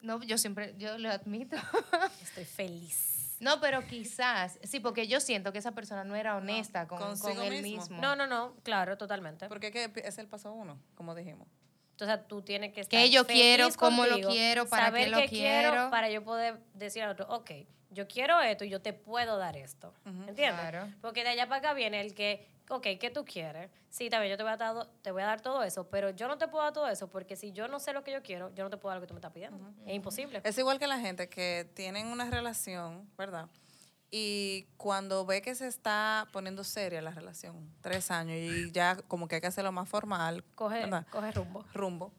No, yo siempre, yo lo admito.
Estoy feliz.
No, pero quizás, sí, porque yo siento que esa persona no era honesta con, con
consigo
él
mismo.
mismo.
No, no, no, claro, totalmente.
Porque es que es el paso uno, como dijimos.
Entonces tú tienes que estar
¿Qué yo
feliz
quiero? ¿Cómo lo
contigo,
quiero? ¿Para
saber
qué lo quiero?
Para yo poder decir al otro, ok, yo quiero esto y yo te puedo dar esto. ¿Entiendes?
claro.
Porque de allá para acá viene el que, ok, ¿qué tú quieres? Sí, también yo te voy, a dar, te voy a dar todo eso, pero yo no te puedo dar todo eso porque si yo no sé lo que yo quiero, yo no te puedo dar lo que tú me estás pidiendo. Es imposible.
Es igual que la gente que tienen una relación, ¿verdad? Y cuando ve que se está poniendo seria la relación, tres años, y ya como que hay que hacerlo más formal,
Coge,
¿verdad?
coge rumbo.
rumbo,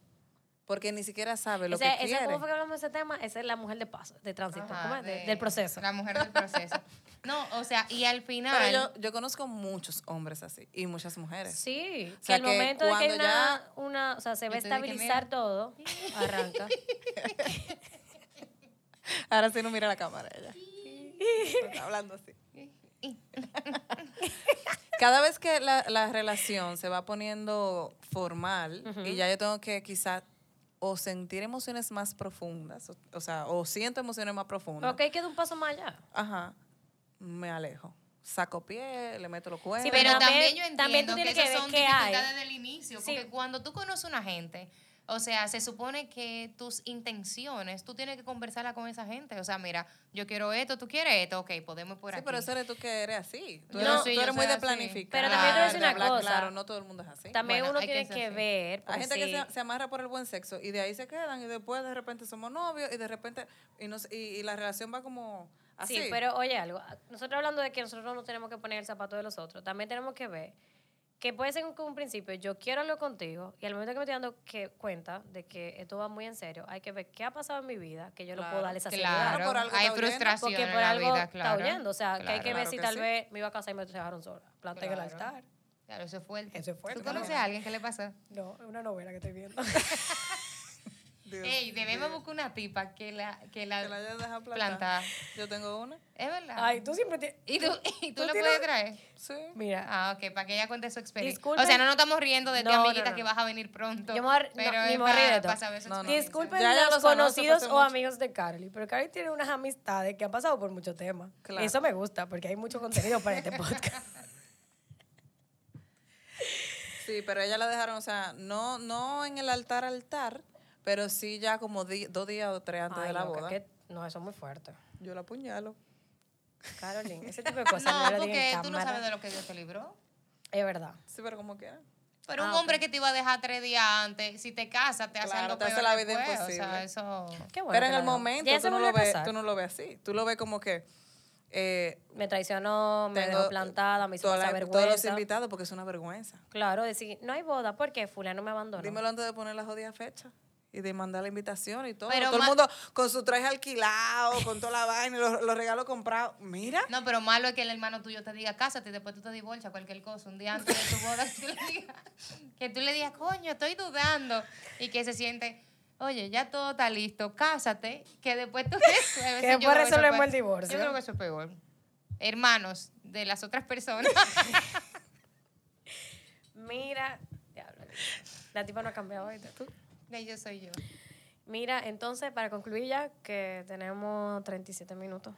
porque ni siquiera sabe lo
Ese,
que
ese-
quiere.
¿Cómo fue que hablamos de ese tema? Esa es la mujer de paso, de tránsito,
Ajá,
¿cómo es? De-
de-
del proceso.
La mujer del proceso. No, o sea, y al final.
Pero yo, yo conozco muchos hombres así, y muchas mujeres.
Sí,
O sea,
que el
que
momento de que hay
cuando
una,
ya-
una, o sea, se va a
Yo te dije,
estabilizar
mira.
todo, arranca.
Ahora sí no mira la cámara ella. Está hablando así. Cada vez que la, la relación se va poniendo formal y ya yo tengo que quizás o sentir emociones más profundas, o, o sea, o siento emociones más profundas.
ok, queda un paso más allá.
Ajá, me alejo. Saco pie, le meto los cuernos.
Sí,
pero
pero
también, yo
también-
entiendo
también
que,
tú tienes que
esas
ver
son
qué hay.
dificultades del inicio.
Sí.
Porque cuando tú conoces a una gente, o sea, se supone que tus intenciones, tú tienes que conversarla con esa gente. O sea, mira, yo quiero esto, tú quieres esto, ok, podemos ir por
Sí,
aquí.
pero eso eres tú que eres así. Tú
Yo
eres,
sí,
tú
yo
eres muy
soy
de
así.
planificar.
Pero también te voy a decir
de
una
hablar
cosa.
Claro, no todo el mundo es así.
También
Bueno,
uno
hay que
tiene que,
ser así.
ver.
Hay
porque
gente que
sí.
se, se amarra por el buen sexo y de ahí se quedan y después de repente somos novios y de repente y, nos, y, y la relación va como así.
Sí, pero oye algo. Nosotros hablando de que nosotros no tenemos que poner el zapato de los otros, también tenemos que ver que puede ser que un principio yo quiero algo contigo y al momento que me estoy dando que- cuenta de que esto va muy en serio, hay que ver qué ha pasado en mi vida, que yo no puedo
Claro,
darle esa seguridad.
Claro,
por algo
hay
está huyendo.
frustración
Porque
en
por
la
algo
vida,
está
claro.
huyendo. O sea, que hay que ver
Claro
si
que
tal
sí.
vez me iba a casar y me dejaron sola. Planté en el
Claro.
altar.
Claro, eso es fuerte.
Eso es fuerte
¿Tú conoces
también.
a alguien? ¿Qué le pasa?
No, es una novela que estoy viendo.
Dios
Ey, debemos
mío.
buscar una tipa que la, que la,
Que la hayas dejado plantada.
plantada.
Yo tengo una.
Es verdad.
Ay, tú siempre tienes...
¿Y tú, y tú,
¿Tú
la
tienes-
puedes traer?
Sí.
Mira,
Ah, ok, para que ella cuente su experiencia.
Disculpen.
O sea, no nos estamos riendo de ti,
No, no,
amiguita,
no.
que vas a venir pronto.
Yo me voy a- no,
pero
ni
es
me voy a reír de
para,
todo.
para saber su
No, no.
experiencia.
Disculpen
Ya, ya
los
lo sonó, se
conocidos
pasó
o
mucho.
amigos de Carly, pero Carly tiene unas amistades que han pasado por muchos temas.
Claro.
Eso me gusta porque hay mucho contenido para este podcast.
Sí, pero ella la dejaron, o sea, no, no en el altar altar, pero sí ya como di- dos días o tres antes
Ay,
de la
no, que-
boda.
que- no, eso es muy fuerte.
Yo la apuñalo.
Carolyn, ese tipo de cosas no,
No,
lo digan pues, en
porque tú no
cámara.
sabes de lo que Dios te libró.
Es verdad.
Sí, pero como ah. quiera.
Pero
Ah,
un hombre que te iba a dejar tres días antes, si te casas, te hace
Claro,
algo
te hace
peor
la vida
después, O sea,
imposible.
eso...
Qué
pero
bueno. que
en
la
el
dejó.
momento
Ya
tú
se
no,
volvió
lo
a
ves,
casar.
tú no lo ves así. Tú lo ves como que... eh,
Me traicionó, me
tengo,
dejó plantada, me hizo
toda la-
pasar
Todos los
vergüenza.
invitados porque es una vergüenza.
Claro, decir, no hay boda porque fulano me abandonó.
Dímelo antes de poner la jodida fecha y de mandar la invitación y todo.
Pero
todo el
ma-
mundo con su traje alquilado, con toda la vaina, y los, los regalos comprados. Mira,
No, pero malo es que el hermano tuyo te diga, cásate, y después tú te divorcias, cualquier cosa, un día antes de tu boda, que tú le digas, que tú le digas, coño, estoy dudando, y que se siente, oye, ya todo está listo, cásate, que después tú resuelves.
Que después
Yo creo eso es
resolvemos
peor.
el divorcio.
Yo creo que eso es peor. Hermanos de las otras personas.
Mira, diablo, la tipa no ha cambiado ¿viste tú?
De yo soy yo.
Mira, entonces, para concluir ya, que tenemos 37 minutos.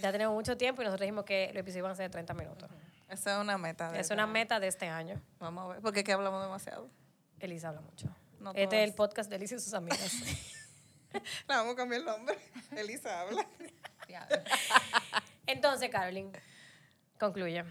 Ya tenemos mucho tiempo y nosotros dijimos que los episodios iban a ser de 30 minutos.
esa es una meta. de
Es una
verdad.
meta de este año.
Vamos a ver, porque aquí hablamos demasiado.
Elisa habla mucho.
No
este es el
todas.
podcast de Elisa y sus amigas.
Le vamos a cambiar el nombre. Elisa habla.
Diablo.
entonces, Carolyn, concluye.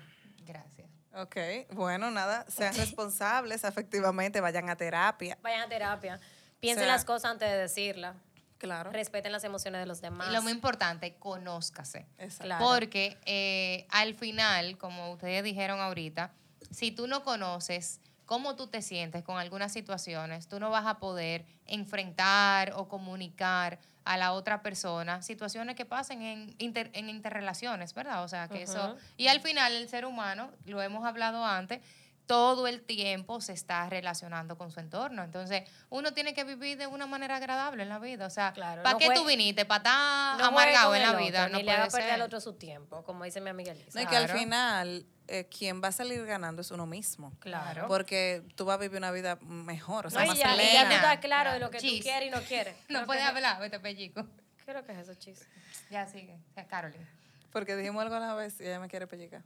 Gracias.
Ok, bueno, nada, sean responsables afectivamente, vayan a terapia.
Vayan a terapia. Piensen
O sea-
las cosas antes de decirlas.
Claro.
Respeten las emociones de los demás.
Y lo muy importante, conózcase.
Exacto.
Claro.
Porque eh, al final, como ustedes dijeron ahorita, si tú no conoces cómo tú te sientes con algunas situaciones, tú no vas a poder enfrentar o comunicar a la otra persona situaciones que pasen en, inter- en interrelaciones, ¿verdad? O sea, que eso... Y al final el ser humano, lo hemos hablado antes, todo el tiempo se está relacionando con su entorno. Entonces, uno tiene que vivir de una manera agradable en la vida. O sea,
Claro,
¿para
no
qué
jue-
tú viniste? ¿Para estar
No jueguen
amargado
con
en la
el otro,
vida?
Ni
no
le haga
puede
perder al
ser.
otro su tiempo, como dice mi amiga Elisa.
No, y que al
Claro.
final, eh, quien va a salir ganando es uno mismo.
Claro.
Porque tú vas a vivir una vida mejor, o sea,
No,
más
y ya, y ya
plena.
tú estás claro de
Claro.
lo que tú
Chis.
quieres y no quieres.
No puede hablar, vete pellico.
Creo que es eso, chis.
Ya sigue, o sea, Carolyn.
Porque dijimos algo la vez y ella me quiere pellicar.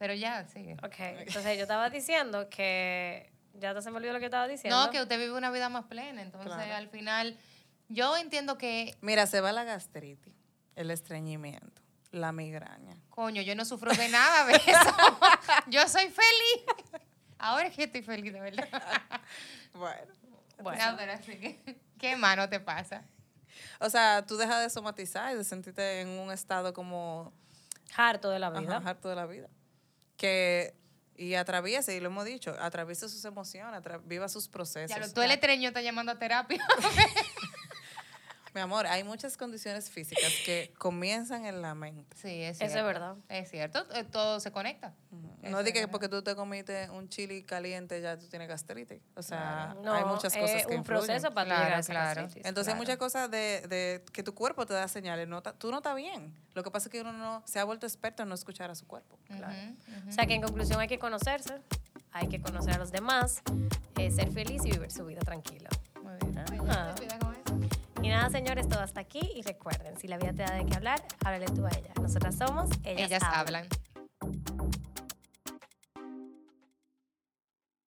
Pero ya sigue.
Ok, entonces yo estaba diciendo que Ya hasta se me olvidó lo que estaba diciendo.
No, que usted vive una vida más plena. Entonces, al final, yo entiendo que,
Mira, se va la gastritis, el estreñimiento, la migraña.
coño, yo no sufro de nada de eso. yo soy feliz. Ahora es que estoy feliz, de verdad.
Bueno.
No, pero así que, ¿qué mano te pasa?
O sea, tú dejas de somatizar y de sentirte en un estado como
Harto de la
ajá,
vida.
harto de la vida. Que, y atraviese, y lo hemos dicho, atraviese sus emociones, atra- viva sus procesos.
Ya lo, tú el estreño está llamando a terapia.
Mi amor, hay muchas condiciones físicas que comienzan en la mente.
sí, es
Eso es
cierto.
verdad.
Es cierto, eh, todo se conecta.
No digas que porque tú te comiste un chili caliente ya tú tienes gastritis. O sea,
No,
hay muchas
es
cosas que
un
influyen.
proceso para tú
Claro,
llegar a esa
claro.
gastritis,
Entonces hay
claro.
muchas cosas de, de que tu cuerpo te da señales. No ta- tú no estás bien. Lo que pasa es que uno no se ha vuelto experto en no escuchar a su cuerpo.
O sea que en conclusión hay que conocerse, hay que conocer a los demás, eh, ser feliz y vivir su vida tranquila.
Muy bien.
Ah.
Cuida con eso.
Y nada, señores, todo hasta aquí. Y recuerden, si la vida te da de qué hablar, háblale tú a ella. Nosotras somos Ellas,
Ellas
Hablan.
hablan.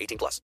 18 plus.